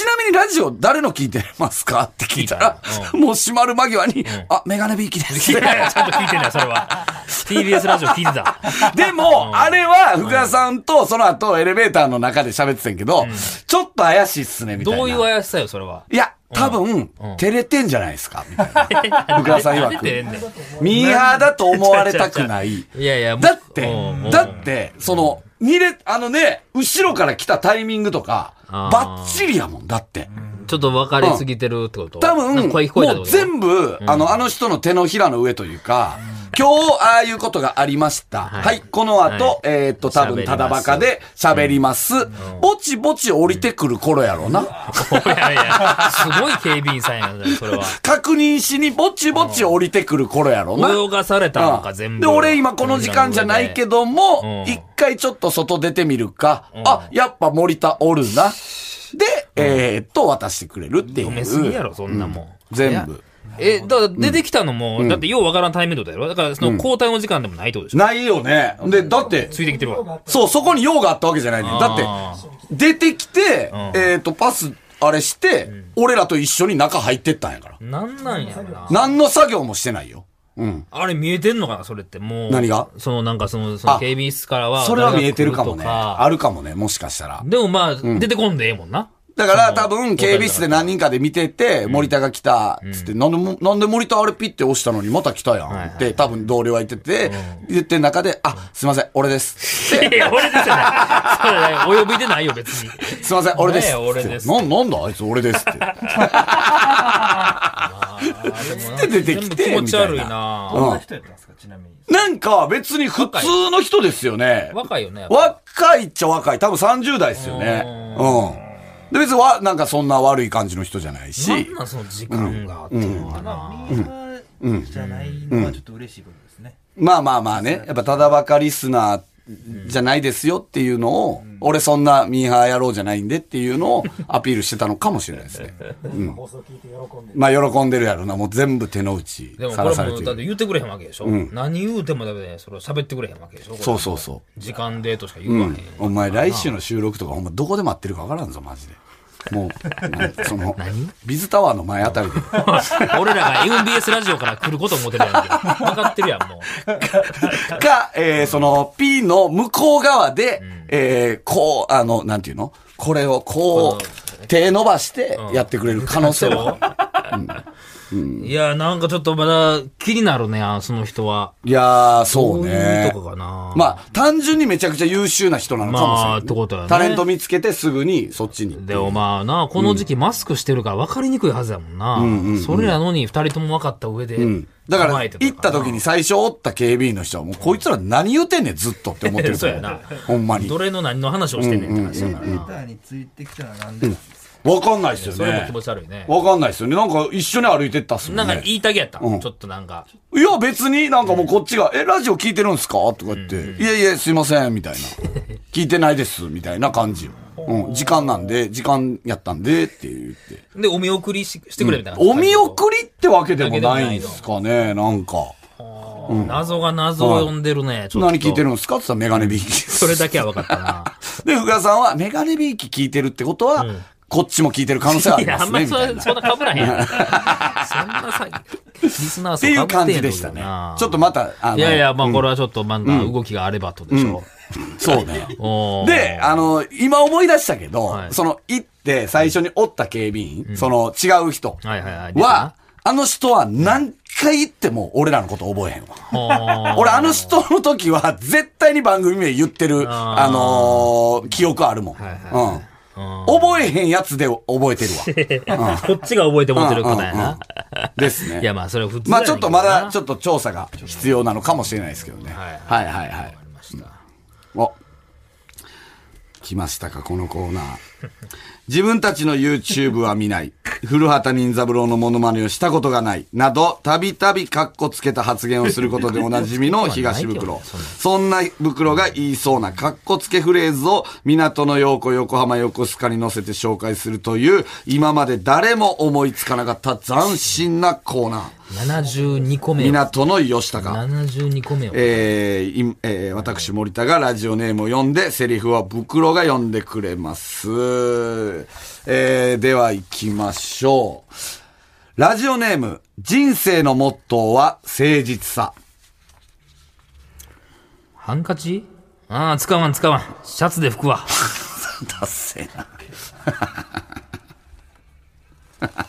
[SPEAKER 3] なみにラジオ誰の聞いてますかって聞いたら
[SPEAKER 2] 聞いた、
[SPEAKER 3] もう閉まる間際に、あ、メガネビーキです。
[SPEAKER 2] いやいやちゃんと聞いてんだよ、それ は。TBS ラジオ聞いてた。
[SPEAKER 3] でも、あれは福田さんとその後エレベーターの中で喋ってたんやけど、ちょっぱ怪しいっすね、みたいな。
[SPEAKER 2] どういう怪しさよ、それは。
[SPEAKER 3] いや、多分、
[SPEAKER 2] うん
[SPEAKER 3] 照れてんじゃないですか、みたい な。福田さん曰
[SPEAKER 2] 照れんね
[SPEAKER 3] く。ミーハーだと思われたくない。
[SPEAKER 2] んいやいや、もう
[SPEAKER 3] だって
[SPEAKER 2] うん、
[SPEAKER 3] だって、その、にれ、あのね、後ろから来たタイミングとか、
[SPEAKER 2] あー
[SPEAKER 3] バッチリやもん、だって。
[SPEAKER 2] ちょっと分かりすぎてるってこと
[SPEAKER 3] 多
[SPEAKER 2] な
[SPEAKER 3] 分、
[SPEAKER 2] んか
[SPEAKER 3] も
[SPEAKER 2] 声聞こえたって
[SPEAKER 3] う
[SPEAKER 2] こと
[SPEAKER 3] 全部、あの、あの人の手のひらの上というか、今日、ああいうことがありました。
[SPEAKER 2] はい
[SPEAKER 3] はい、この
[SPEAKER 2] はい
[SPEAKER 3] 後、えーっと、多
[SPEAKER 2] 喋りま
[SPEAKER 3] 分、
[SPEAKER 2] す
[SPEAKER 3] ただバカで喋ります。ぼちぼち降りてくる頃やろな。
[SPEAKER 2] いやいや、すごい警備員さんやな、そ れは。
[SPEAKER 3] 確認しにぼちぼち降りてくる頃やろな。
[SPEAKER 2] 泳がされたのか、全部。
[SPEAKER 3] で、俺今この時間じゃないけども、
[SPEAKER 2] うん
[SPEAKER 3] 一回ちょっと外出てみるか、あ、やっぱ森田おるな。で、えーっと、渡してくれるっていう。
[SPEAKER 2] 飲めすぎやろ、そんなもん。
[SPEAKER 3] 全部。
[SPEAKER 2] え、だから出てきたのも、だってようわからんタイミングだよ。だからその交代の時間でもないってことでしょ、
[SPEAKER 3] ないよね。で、だって、
[SPEAKER 2] ついてきてるわ。
[SPEAKER 3] そう、そこに用があったわけじゃないね。だ
[SPEAKER 2] あ
[SPEAKER 3] って、出てきて、えーっと、パス、あれして、俺らと一緒に中入ってったんやから。
[SPEAKER 2] なんなんやろな。
[SPEAKER 3] 何の作業もしてないよ。うん。
[SPEAKER 2] あれ見えてんのかな、それって。もう。
[SPEAKER 3] 何が
[SPEAKER 2] そのなんかその、その
[SPEAKER 3] あ
[SPEAKER 2] 警備室からは。
[SPEAKER 3] それは見えてるかもね。
[SPEAKER 2] 誰が来ると
[SPEAKER 3] あるかもね、もしかしたら。
[SPEAKER 2] でもまあ、出てこんでええもんな。
[SPEAKER 3] だから多分警備室で何人かで見てて、森田が来た、つって、なんでも、なんで森田あれピッて押したのにまた来たやんって、多分同僚は言ってて、言ってる中で、あ、すいません、俺です。 っ て
[SPEAKER 2] いや、俺ですよね。そうだね。 お呼びでないよ、別に。
[SPEAKER 3] すいません、俺です。
[SPEAKER 2] ねえ俺です
[SPEAKER 3] ってな、なんだあいつ俺です って。で出てきて
[SPEAKER 2] 全部気持ち悪い
[SPEAKER 3] みたい
[SPEAKER 2] な。
[SPEAKER 5] どんな人やったんですか、ちなみに。
[SPEAKER 3] なんか別に普通の人ですよね。
[SPEAKER 2] 若いよね。やっぱ
[SPEAKER 3] 若いっちゃ若い。多分30代ですよね。うん。で別にわ、なんかそんな悪い感じの人じゃない
[SPEAKER 2] な
[SPEAKER 3] し
[SPEAKER 2] ん。なんその時間がっていうのかな。
[SPEAKER 5] ミーハーじゃないのはちょっと嬉しいことですね。
[SPEAKER 3] まあまあまあね、やっぱただばかリスナーじゃないですよっていうのを、俺そんなミーハー野郎じゃないんでっていうのを アピールしてたのかもしれないですね。
[SPEAKER 4] 放送聞いて喜んでる。
[SPEAKER 3] まあ喜んでるやろな、もう全部手の内
[SPEAKER 2] でも
[SPEAKER 3] さ
[SPEAKER 2] こ
[SPEAKER 3] ら
[SPEAKER 2] れ
[SPEAKER 3] され
[SPEAKER 2] も
[SPEAKER 3] て
[SPEAKER 2] だって
[SPEAKER 3] る。
[SPEAKER 2] 言ってくれへんわけでしょ。何言うてもダメで、それを喋ってくれへんわけでしょ。これ
[SPEAKER 3] そうそうそ
[SPEAKER 2] 時間でとしか言わへん。
[SPEAKER 3] う。お前来週の収録とかほんまどこで待ってるかわからんぞ、マジで。もう、なんかその、ビズタワーの前あたりで。
[SPEAKER 2] 俺らが MBS ラジオから来ること思ってたやんけ。分かってるやん、もう。
[SPEAKER 3] か、えーその、P の向こう側で、えーこう、あの、なんていうのこれをこう、手伸ばしてやってくれる可能性は。
[SPEAKER 2] いや、なんかちょっとまだ気になるね、あその人は。
[SPEAKER 3] いやー、そう
[SPEAKER 2] いう
[SPEAKER 3] ね
[SPEAKER 2] と。こかな。
[SPEAKER 3] まあ、単純にめちゃくちゃ優秀な人なのかもしれ
[SPEAKER 2] ま
[SPEAKER 3] な
[SPEAKER 2] あ
[SPEAKER 3] い。
[SPEAKER 2] ってことだね
[SPEAKER 3] タレント見つけてすぐにそっちに。
[SPEAKER 2] でもまあな、この時期マスクしてるから分かりにくいはずやもんな。それなのに二人とも分かった上で。
[SPEAKER 3] うん。だから、
[SPEAKER 2] 構えて
[SPEAKER 3] 行った時に最初おった警備員の人は、もうこいつら何言うてんねん、ずっとって思ってると
[SPEAKER 2] そう
[SPEAKER 3] 思
[SPEAKER 2] やな
[SPEAKER 3] ほんまに。
[SPEAKER 2] どれの何の話をしてんねんって話だから
[SPEAKER 5] セン
[SPEAKER 2] な
[SPEAKER 5] タ。ーについてきたらなんでなんですか
[SPEAKER 3] わかんないっすよ
[SPEAKER 2] それも
[SPEAKER 3] ね
[SPEAKER 2] 気。持ち悪いね。
[SPEAKER 3] わかんないっすよね。なんか一緒に歩いてったっすよ
[SPEAKER 2] なんか
[SPEAKER 3] ね。
[SPEAKER 2] 言いたげやった。
[SPEAKER 3] うん
[SPEAKER 2] ちょっとなんか。
[SPEAKER 3] いや、別になんかもうこっ ちが、え、ラジオ聞いてるんですかとか言って、いやいや、すいません、みたいな。聞いてないです、みたいな感じよ。うん、時間なんで、時間やったんで、って言って。
[SPEAKER 2] で、お見送りししてくれみたいな。
[SPEAKER 3] お見送りってわけでもないんすかね、なんか。
[SPEAKER 2] り謎が謎を呼んでるね。ちょっと
[SPEAKER 3] 何聞いてるんですかって言ったらメガネビーキです。
[SPEAKER 2] それだけは分かったな。
[SPEAKER 3] で、福田さんは、メガネビーキ聞いてるってことは、こっちも聞いてる可能性はあ
[SPEAKER 2] い
[SPEAKER 3] り
[SPEAKER 2] や、
[SPEAKER 3] ま
[SPEAKER 2] あん
[SPEAKER 3] す
[SPEAKER 2] ま
[SPEAKER 3] ね、
[SPEAKER 2] り
[SPEAKER 3] み
[SPEAKER 2] そ
[SPEAKER 3] たいな。
[SPEAKER 2] そんな被らへん やん。そんなさ、リスナー
[SPEAKER 3] っていう感じでしたね。ちょっとまた、あの、
[SPEAKER 2] いやいや、まあこれはちょっとまだ動きがあればとでしょ。
[SPEAKER 3] そう ね。
[SPEAKER 2] おー
[SPEAKER 3] で、あの、今思い出したけど、
[SPEAKER 2] はい
[SPEAKER 3] その、行って最初におった警備員、その、違う人は、
[SPEAKER 2] はいはいはいリスナ
[SPEAKER 3] あの人は何回行っても俺らのこと覚えへんわ。
[SPEAKER 2] おー
[SPEAKER 3] 俺あの人の時は絶対に番組名言ってる、
[SPEAKER 2] あー
[SPEAKER 3] あのー記憶あるもん。
[SPEAKER 2] はい
[SPEAKER 3] うん。覚えへんやつで覚 えてるわ。
[SPEAKER 2] こっちが覚えて
[SPEAKER 3] うん
[SPEAKER 2] 持ってることや
[SPEAKER 3] うんうん
[SPEAKER 2] な。
[SPEAKER 3] うんですね。
[SPEAKER 2] いや、まあそれは普通
[SPEAKER 3] まあちょっとまだち
[SPEAKER 2] ょっ
[SPEAKER 3] ょっと調査が必要なのかもしれないですけどね。
[SPEAKER 2] はい
[SPEAKER 3] はいはいはい。お来ましたか、このコーナ ー。自分たちの YouTube は見ない。古畑任三郎のモノマネをしたことがない。など、たびたびカッコつけた発言をすることでおなじみ の東袋。そんな袋が言いそうなカッコつけフレーズを港の陽子、横浜、横須賀に乗せて紹介するという、今まで誰も思いつかなかった斬新なコーナー。
[SPEAKER 2] と。72個目よ。
[SPEAKER 3] 港の吉高。
[SPEAKER 2] 72個目よ。
[SPEAKER 3] えーいえー私、森田がラジオネームを読んで、セリフは袋が読んでくれます。えーでは行きましょう。ラジオネーム、人生のモットーは誠実さ。
[SPEAKER 2] ハンカチああ、使わん使わん。シャツで拭くわ。
[SPEAKER 3] 達成 な。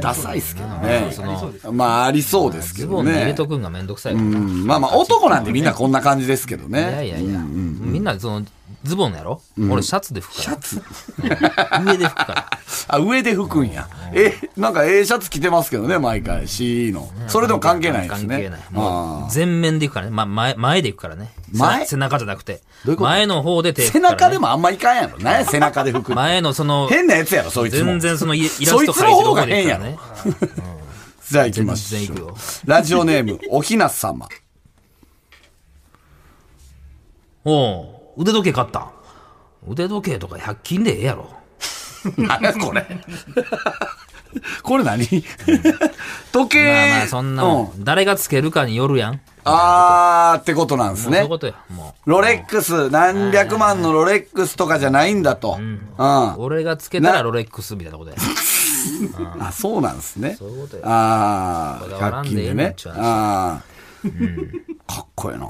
[SPEAKER 3] ダサいっすけどね。
[SPEAKER 5] ありそうです。
[SPEAKER 3] まあ、ありそうですけ
[SPEAKER 2] ズ
[SPEAKER 3] ど
[SPEAKER 2] ボンに入れ
[SPEAKER 3] ね。
[SPEAKER 2] とくんがめんどくさいか
[SPEAKER 3] う
[SPEAKER 2] ら。
[SPEAKER 3] ん、まあまあ、男なんてみんなこんな感じですけどね。
[SPEAKER 2] いやいやいや、みんなそのズボンやろ、俺シャツで拭くから。シャツ上で拭くから。
[SPEAKER 3] あ、上で吹くんや。え、なんか A シャツ着てますけどね、毎回。C の。それでも関係ないですね。
[SPEAKER 2] 関係ない。も
[SPEAKER 3] あ
[SPEAKER 2] う
[SPEAKER 3] ー
[SPEAKER 2] 全面で行くからね。ま、前、前で行くからね。
[SPEAKER 3] 前
[SPEAKER 2] 背背中じゃなくて。
[SPEAKER 3] どういうこと
[SPEAKER 2] 前の方で手、
[SPEAKER 3] 背中で。もあんまいかんや ろ。なんや背中で吹くって。
[SPEAKER 2] 前のその、
[SPEAKER 3] 変なやつやろ、そいつも。
[SPEAKER 2] 全然そのイイラス
[SPEAKER 3] そい
[SPEAKER 2] ト
[SPEAKER 3] つ
[SPEAKER 2] 描いてる
[SPEAKER 3] の方
[SPEAKER 2] 方
[SPEAKER 3] が
[SPEAKER 2] で行
[SPEAKER 3] 変
[SPEAKER 2] く
[SPEAKER 3] や
[SPEAKER 2] から
[SPEAKER 3] ろ
[SPEAKER 2] ね。。
[SPEAKER 3] じゃあ行きましょう。
[SPEAKER 2] 全然行くよ。
[SPEAKER 3] ラジオネーム、 おひ な様。
[SPEAKER 2] おう腕時計買った。腕時計とか100均でええやろ。
[SPEAKER 3] 何やこれ。 これ何時計。
[SPEAKER 2] まあまあ、そんなも、
[SPEAKER 3] うん
[SPEAKER 2] 誰がつけるかによるやん。
[SPEAKER 3] あーってことなんです
[SPEAKER 2] そういう
[SPEAKER 3] ね。
[SPEAKER 2] ことや。も
[SPEAKER 3] ロレックス、何百万のロレックスとかじゃないんだと。うん。
[SPEAKER 2] う。俺がつけたらロレックスみたいなことや。
[SPEAKER 3] あ、そうなんですね。
[SPEAKER 2] そういうことよ
[SPEAKER 3] あ
[SPEAKER 2] こだ
[SPEAKER 3] あ、
[SPEAKER 2] わら
[SPEAKER 3] 100
[SPEAKER 2] ん
[SPEAKER 3] 均
[SPEAKER 2] でえ
[SPEAKER 3] で
[SPEAKER 2] えねん
[SPEAKER 3] ね
[SPEAKER 2] っ。ちゅう話
[SPEAKER 3] ああ、かっこええな、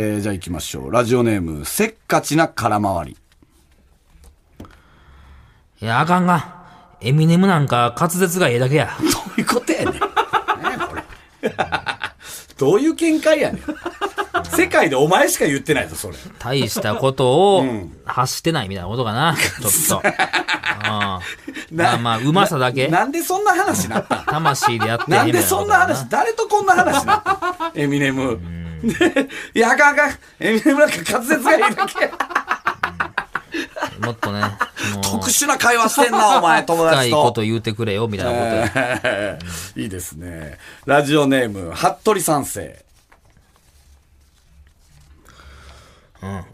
[SPEAKER 3] えーじゃあ行きましょう。ラジオネーム、せっかちな空回り。
[SPEAKER 2] いや、あかんが。エミネムなんか滑舌がええだけや。
[SPEAKER 3] どういうこ とやねん。どういう見解やねん。世界でお前しか言ってないぞ、それ。
[SPEAKER 2] 大したこと を発してないみたいなことかな。ちょっと。うんまあまあ、うまさだけ。
[SPEAKER 3] なんでそんな話なったん
[SPEAKER 2] 魂でやってへ
[SPEAKER 3] なん
[SPEAKER 2] みた
[SPEAKER 3] で
[SPEAKER 2] いな
[SPEAKER 3] そ
[SPEAKER 2] こ
[SPEAKER 3] ん
[SPEAKER 2] と
[SPEAKER 3] な
[SPEAKER 2] だ
[SPEAKER 3] 話、誰とこんな話なのエミネム。 いや、あかんあかん。エミネムなんか滑舌がいいだけ。
[SPEAKER 2] もっと ね、その
[SPEAKER 3] 特殊な会話してん な、お前、友
[SPEAKER 2] 深
[SPEAKER 3] 達
[SPEAKER 2] い
[SPEAKER 3] と
[SPEAKER 2] こ。と言うてくれよみたいなことや。
[SPEAKER 3] いいですね。ラジオネーム、服部三世。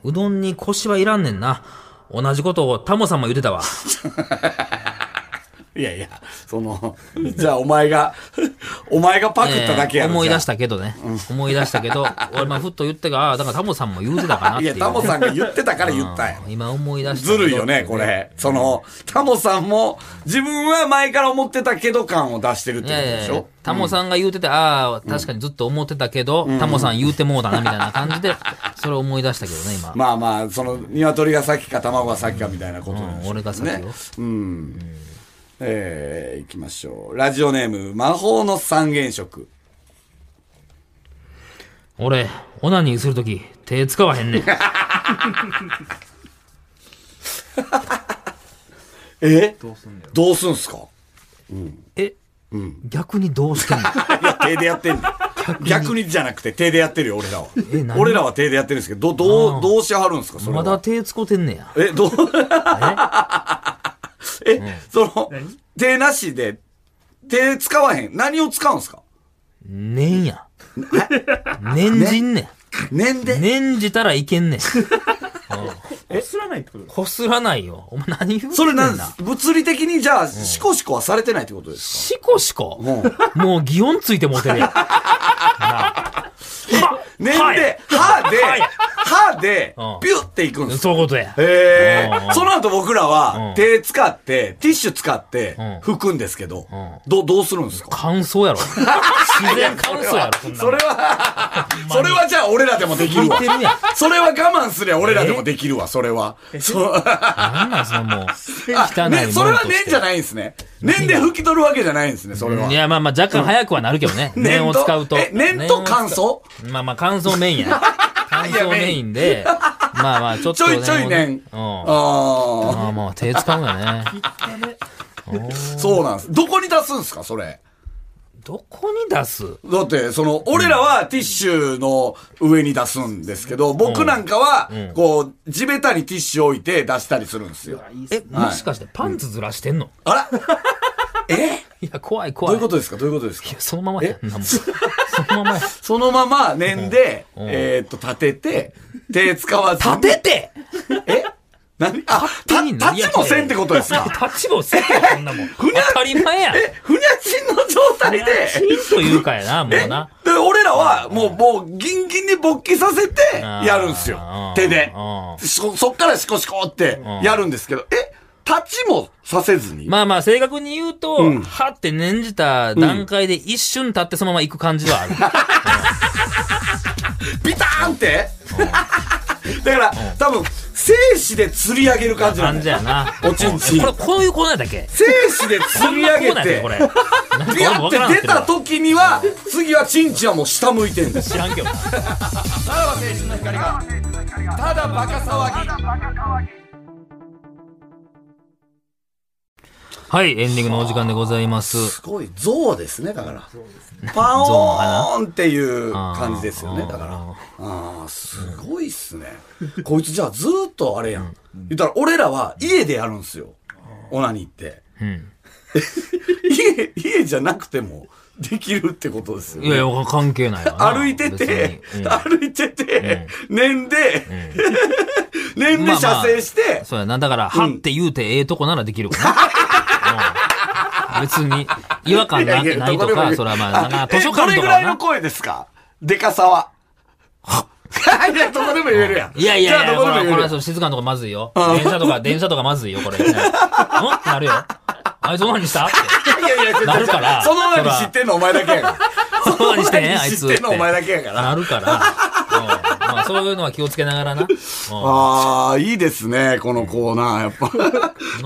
[SPEAKER 2] うどんに腰はいらんねんな。同じことをタモさんも言ってたわ。
[SPEAKER 3] いやいや、その、じゃあお前が、 お前がパクっただけや
[SPEAKER 2] え
[SPEAKER 3] ろ
[SPEAKER 2] ー思い出し。
[SPEAKER 3] じゃ
[SPEAKER 2] たけどね。思い出したけど、俺まあふっと言ってから、ああだからタモさんも言うてたかな
[SPEAKER 3] あ
[SPEAKER 2] って
[SPEAKER 3] い
[SPEAKER 2] い
[SPEAKER 3] や、
[SPEAKER 2] うね。
[SPEAKER 3] タモさんが言ってたから言ったんや
[SPEAKER 2] うん今思い出したけ
[SPEAKER 3] ず
[SPEAKER 2] ど。
[SPEAKER 3] るいよね、これ。その、タモさんも、自分は前から思ってたけど感を出してるって
[SPEAKER 2] い
[SPEAKER 3] こ
[SPEAKER 2] や
[SPEAKER 3] と
[SPEAKER 2] いや
[SPEAKER 3] で
[SPEAKER 2] い
[SPEAKER 3] し
[SPEAKER 2] や
[SPEAKER 3] ょ、
[SPEAKER 2] タモさんが言うてて、ああ、確かにずっと思ってたけど、タモさん言うてもうだな、みたいな感じで、 それを思い出したけどね、今。
[SPEAKER 3] まあまあ、その、鶏が先か卵が先かみたいなことなん
[SPEAKER 2] うん
[SPEAKER 3] でしょう
[SPEAKER 2] 俺が先よ
[SPEAKER 3] ね。うん。えー、いきましょう。ラジオネーム、魔法の三原色。
[SPEAKER 2] 俺、オナニーするとき、手使わへんねん。
[SPEAKER 3] え
[SPEAKER 5] どうすんだよ。
[SPEAKER 3] どうすんすか
[SPEAKER 2] え、逆にどうしてんの
[SPEAKER 3] いや、手でやってんねん 逆にじゃなくて、手でやってるよ、俺らは
[SPEAKER 2] え何。
[SPEAKER 3] 俺らは手でやってるんですけど、ど、どう、どうしはるんですか、それ
[SPEAKER 2] ま
[SPEAKER 3] は。
[SPEAKER 2] だ手使うてんねや。
[SPEAKER 3] え、どう、 え、その、手なしで、手使わへん。何を使うんですか
[SPEAKER 2] ねんや。念じんね
[SPEAKER 3] 年
[SPEAKER 2] ん。
[SPEAKER 3] で。
[SPEAKER 2] 念じたらいけ んねん。
[SPEAKER 5] え、すらないってこと
[SPEAKER 2] こすらないよ。お前何言うて
[SPEAKER 3] それ
[SPEAKER 2] んね
[SPEAKER 3] なん
[SPEAKER 2] ん
[SPEAKER 3] で
[SPEAKER 2] な
[SPEAKER 3] す。物理的に、じゃあ、シコシコはされてないってことです
[SPEAKER 2] シコシコ
[SPEAKER 3] か。うん。
[SPEAKER 2] もう擬音ついてもうてるやん。
[SPEAKER 3] 年で、歯で、歯で
[SPEAKER 2] うん、
[SPEAKER 3] ピュっていく んです
[SPEAKER 2] そういうことや。
[SPEAKER 3] へ
[SPEAKER 2] うんう
[SPEAKER 3] え。
[SPEAKER 2] ん
[SPEAKER 3] その後僕ら
[SPEAKER 2] う
[SPEAKER 3] は
[SPEAKER 2] ん、
[SPEAKER 3] 手使って、ティッシュ使って
[SPEAKER 2] ん、
[SPEAKER 3] 拭くんですけど
[SPEAKER 2] ん、
[SPEAKER 3] ど、どうするんですか
[SPEAKER 2] 感想や ろ。自然感想やろ、そんな
[SPEAKER 3] そ
[SPEAKER 2] もん
[SPEAKER 3] れは、それはじゃあ俺らでもできるわ
[SPEAKER 2] 似てるやん。
[SPEAKER 3] それは我慢すりゃ俺らでもできるわ、それは。そう
[SPEAKER 2] なんなんその もう、汚
[SPEAKER 3] あ
[SPEAKER 2] い
[SPEAKER 3] ね、それは
[SPEAKER 2] ね
[SPEAKER 3] 年じゃないんですね。年で拭き取るわけじゃないんですね、それは。
[SPEAKER 2] いや、まあまあ若干早くはなるけど ね。
[SPEAKER 3] 念
[SPEAKER 2] 念を使うと。
[SPEAKER 3] え、念と乾燥
[SPEAKER 2] まあまあ乾燥メイン や。乾燥メインで、まあまあちょっ
[SPEAKER 3] ち
[SPEAKER 2] と
[SPEAKER 3] ょ
[SPEAKER 2] ね。
[SPEAKER 3] いちょい念。
[SPEAKER 2] う
[SPEAKER 3] あ
[SPEAKER 2] ん。
[SPEAKER 3] あ
[SPEAKER 2] まあまあ手使うん やね。
[SPEAKER 3] ー、そうなんです。どこに出すんですか、それ。
[SPEAKER 2] どこに出す
[SPEAKER 3] だって、その、俺らはティッシュの上に出すんですけど、僕なんかは、こう、地べたにティッシュ置いて出したりするんですよ。
[SPEAKER 2] え、もしかしてパンツずらしてんの
[SPEAKER 3] あらえ
[SPEAKER 2] いや、怖い
[SPEAKER 3] ど
[SPEAKER 2] 怖
[SPEAKER 3] う
[SPEAKER 2] い。
[SPEAKER 3] いうことですかどういうことですか
[SPEAKER 2] いや、そのままや。なんもそのままや。
[SPEAKER 3] そのまま年で、えーっと、立てて、手使わずに。立ててえ何あ、た、
[SPEAKER 2] 手に何
[SPEAKER 3] 立ちもせんってことですか
[SPEAKER 2] 立ちもせんよ、そんなも ん。当たり前や。
[SPEAKER 3] え、ふにゃちんの状態で、
[SPEAKER 2] チンというかやな、も
[SPEAKER 3] え
[SPEAKER 2] うな。
[SPEAKER 3] で、俺らは、もう、もう、ギンギンに勃起させて、
[SPEAKER 2] あー
[SPEAKER 3] やるんすよ
[SPEAKER 2] あー。
[SPEAKER 3] 手で
[SPEAKER 2] あ。ー
[SPEAKER 3] そ、そっからシコシコって、やるんですけど、え、立ちもさせずに。
[SPEAKER 2] まあまあ、正確に言うと、はって念じた段階で一瞬立ってそのまま行く感じはある。
[SPEAKER 3] ビターンってだから、多分、精子で釣り上げる感じな
[SPEAKER 2] なんん
[SPEAKER 3] だ
[SPEAKER 2] じ
[SPEAKER 3] よ。
[SPEAKER 2] ゃ な。
[SPEAKER 3] おちんちん
[SPEAKER 2] これ、こういうコーナーだっけ
[SPEAKER 3] 精子で釣り上げ
[SPEAKER 2] こんなコーナーや
[SPEAKER 3] て
[SPEAKER 2] っ、これ。なんか
[SPEAKER 3] ビ
[SPEAKER 2] 俺も
[SPEAKER 3] ャ
[SPEAKER 2] わから
[SPEAKER 3] っ
[SPEAKER 2] んす
[SPEAKER 3] て出
[SPEAKER 2] けど
[SPEAKER 3] た時には、次はチンチンはもう下向いてんです。
[SPEAKER 2] 知らんけどな。
[SPEAKER 3] さらば青春の光が、ただバカ騒ぎ。
[SPEAKER 2] はい、エンディングのお時間でございます。
[SPEAKER 3] すごい、象ですね、だから。パ
[SPEAKER 2] 象の
[SPEAKER 3] オー
[SPEAKER 2] 花
[SPEAKER 3] ンっていう感じですよね、だから。
[SPEAKER 2] あ
[SPEAKER 3] ああー、すごいっすね。こいつじゃあずーっとあれやん。言ったら俺らは家でやるんすよ。オナニーって。
[SPEAKER 2] うん。
[SPEAKER 3] 家、家じゃなくてもできるってことですよ
[SPEAKER 2] いやい
[SPEAKER 3] ね。
[SPEAKER 2] や、関係ないわな。
[SPEAKER 3] 歩いてて
[SPEAKER 2] 別、にうん
[SPEAKER 3] 歩いてて、年で、 年で射精して、
[SPEAKER 2] そうやな。だから、はって言うてええとこならできるかな。うん別に、違和感なないとか、それはまあ、なんか図書館
[SPEAKER 3] えどれ
[SPEAKER 2] と
[SPEAKER 3] ぐ
[SPEAKER 2] からはい
[SPEAKER 3] の
[SPEAKER 2] な。
[SPEAKER 3] 声ですかでかさは。いや、どこでも言えるやん。
[SPEAKER 2] いやいやいや、
[SPEAKER 3] じゃあど
[SPEAKER 2] こ
[SPEAKER 3] こでも
[SPEAKER 2] れ、こ
[SPEAKER 3] 言える
[SPEAKER 2] れ
[SPEAKER 3] やん。
[SPEAKER 2] そう静かなとこまずいよ。電車とか、電車とかまずいよ、これ。うんってなるよ。あいつ、何したっ て。
[SPEAKER 3] いやいや、
[SPEAKER 2] なるから
[SPEAKER 3] その前に知ってんのお前だけやから。
[SPEAKER 2] そのままにしてね、あい
[SPEAKER 3] 知
[SPEAKER 2] つ。
[SPEAKER 3] ってんのお前だけやから。
[SPEAKER 2] なるから。うんまあ、そういうのは気をつけながらな。うん
[SPEAKER 3] ああ、いいですね、このコーナー、やっぱ。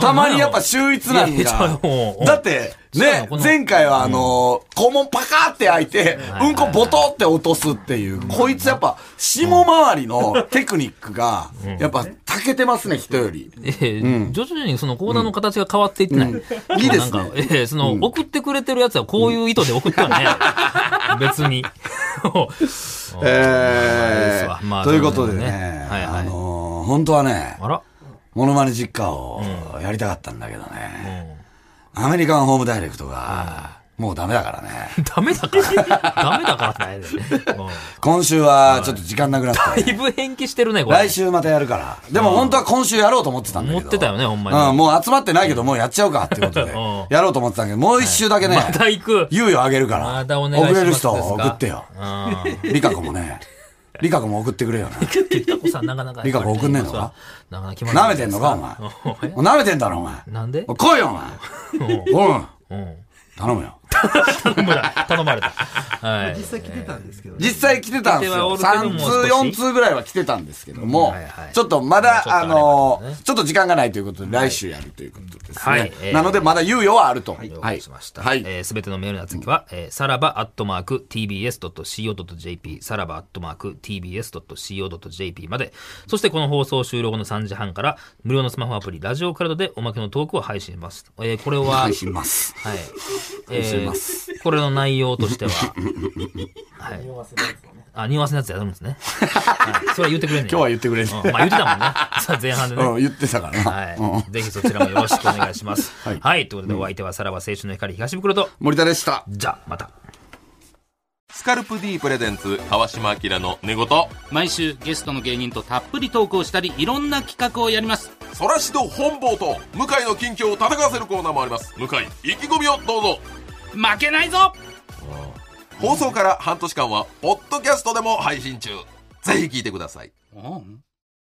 [SPEAKER 3] たまにやっぱ秀逸なん
[SPEAKER 2] いやちょ
[SPEAKER 3] だ
[SPEAKER 2] っともう。
[SPEAKER 3] だって、
[SPEAKER 2] そうな
[SPEAKER 3] ね
[SPEAKER 2] のこ、の
[SPEAKER 3] 前回はあのー、肛門パカーって開いて、うんこボトって落とすっていう、こいつやっぱ、下回 りのテクニックが、やっぱ、たけてますね、人より。
[SPEAKER 2] ええ徐々にその講談の形が変わっていってない。
[SPEAKER 3] いいですね
[SPEAKER 2] なんか、ええその、送ってくれてるやつはこういう意図で送ってはないやろ。別 に。まあいいで
[SPEAKER 3] え
[SPEAKER 2] すわま
[SPEAKER 3] ー
[SPEAKER 2] あ
[SPEAKER 3] ということで
[SPEAKER 2] そうです
[SPEAKER 3] ね
[SPEAKER 2] ね、はいはい
[SPEAKER 3] あのー、本当はね、
[SPEAKER 2] あら
[SPEAKER 3] モノマネ実家をやりたかったんだけどね、アメリカンホームダイレクトが、もうダメだからね。
[SPEAKER 2] ダメだから。ダメだからってないで。うん
[SPEAKER 3] 今週はちょっと時間なくなったね、
[SPEAKER 2] だいぶ延期してるね、これ。
[SPEAKER 3] 来週またやるから。でも本当は今週やろうと思ってたんだけど。
[SPEAKER 2] 思ってたよねほんまに
[SPEAKER 3] うん、もう集まってないけど、もうやっちゃうかってことで
[SPEAKER 2] うん。
[SPEAKER 3] やろうと思ってたんだけど、もう一週だけね、
[SPEAKER 2] また行く。
[SPEAKER 3] 猶予あげるから。
[SPEAKER 2] またお願いします。
[SPEAKER 3] 送れる人送ってよ。
[SPEAKER 2] うん。
[SPEAKER 3] リカ子 もね、リカ子も送ってくれよな。
[SPEAKER 2] リカ子さんなかなか。
[SPEAKER 3] リカ子送んねえのか
[SPEAKER 2] なかなか決まら
[SPEAKER 3] 舐めてんのか、お前。
[SPEAKER 2] うん
[SPEAKER 3] お前舐めてんだろ、お前。
[SPEAKER 2] なんで
[SPEAKER 3] 来いよ、お前。うん。
[SPEAKER 2] うん。
[SPEAKER 3] 頼むよ。
[SPEAKER 2] 頼まれた。頼まれた。はい。
[SPEAKER 5] 実際来てたんですけどね。
[SPEAKER 3] 実際来てたんで すよ。
[SPEAKER 2] 手は折るけども
[SPEAKER 3] 3通
[SPEAKER 2] う、少し
[SPEAKER 3] 4通ぐらいは来てたんですけども
[SPEAKER 2] はいは、い
[SPEAKER 3] ちょっとま
[SPEAKER 2] ちょ
[SPEAKER 3] だ、
[SPEAKER 2] っとあ
[SPEAKER 3] あ
[SPEAKER 2] れも
[SPEAKER 3] の
[SPEAKER 2] あるね、
[SPEAKER 3] ちょっと時間がないということで、来週やるということです
[SPEAKER 2] は
[SPEAKER 3] ね
[SPEAKER 2] いえ。ー
[SPEAKER 3] なので、まだ猶予はあると。は
[SPEAKER 2] 了
[SPEAKER 3] い
[SPEAKER 2] 解しました。
[SPEAKER 3] はい。
[SPEAKER 2] えすべてのメールの続きは、えーさらばアットマーク tbs.co.jp、さらばアットマーク tbs.co.jp まで、そしてこの放送終了後の3時半から、無料のスマホアプリ、ラジオクラウドでおまけのトークを配信します。えーこれは、
[SPEAKER 3] 配信ます。
[SPEAKER 2] はい。
[SPEAKER 3] 配信し
[SPEAKER 2] え
[SPEAKER 3] ま
[SPEAKER 2] ーこれの内容と しては、はい。
[SPEAKER 4] 匂わせなんですよね。
[SPEAKER 2] あ、匂わせのやつやるんですね。はい、それは言ってくれんねん
[SPEAKER 3] 今日は言ってくれんねん
[SPEAKER 2] うんまあ言ってたもんね。 さあ前半でね。
[SPEAKER 3] うん、言ってたからな。うん
[SPEAKER 2] はい。ぜひそちらもよろしくお願いします。
[SPEAKER 3] はい
[SPEAKER 2] はい。ということで、お相手はさらば青春の光東袋と、
[SPEAKER 3] 森田でした。
[SPEAKER 2] じゃあ、また。
[SPEAKER 6] スカルプ D プレゼンツ川島明の寝言
[SPEAKER 7] 毎週ゲストの芸人とたっぷりトークをしたりいろんな企画をやります
[SPEAKER 6] そらしど本坊と向井の近況を戦わせるコーナーもあります向井意気込みをどうぞ
[SPEAKER 7] 負けないぞ
[SPEAKER 6] 放送から半年間はポッドキャストでも配信中ぜひ聞いてください
[SPEAKER 7] うん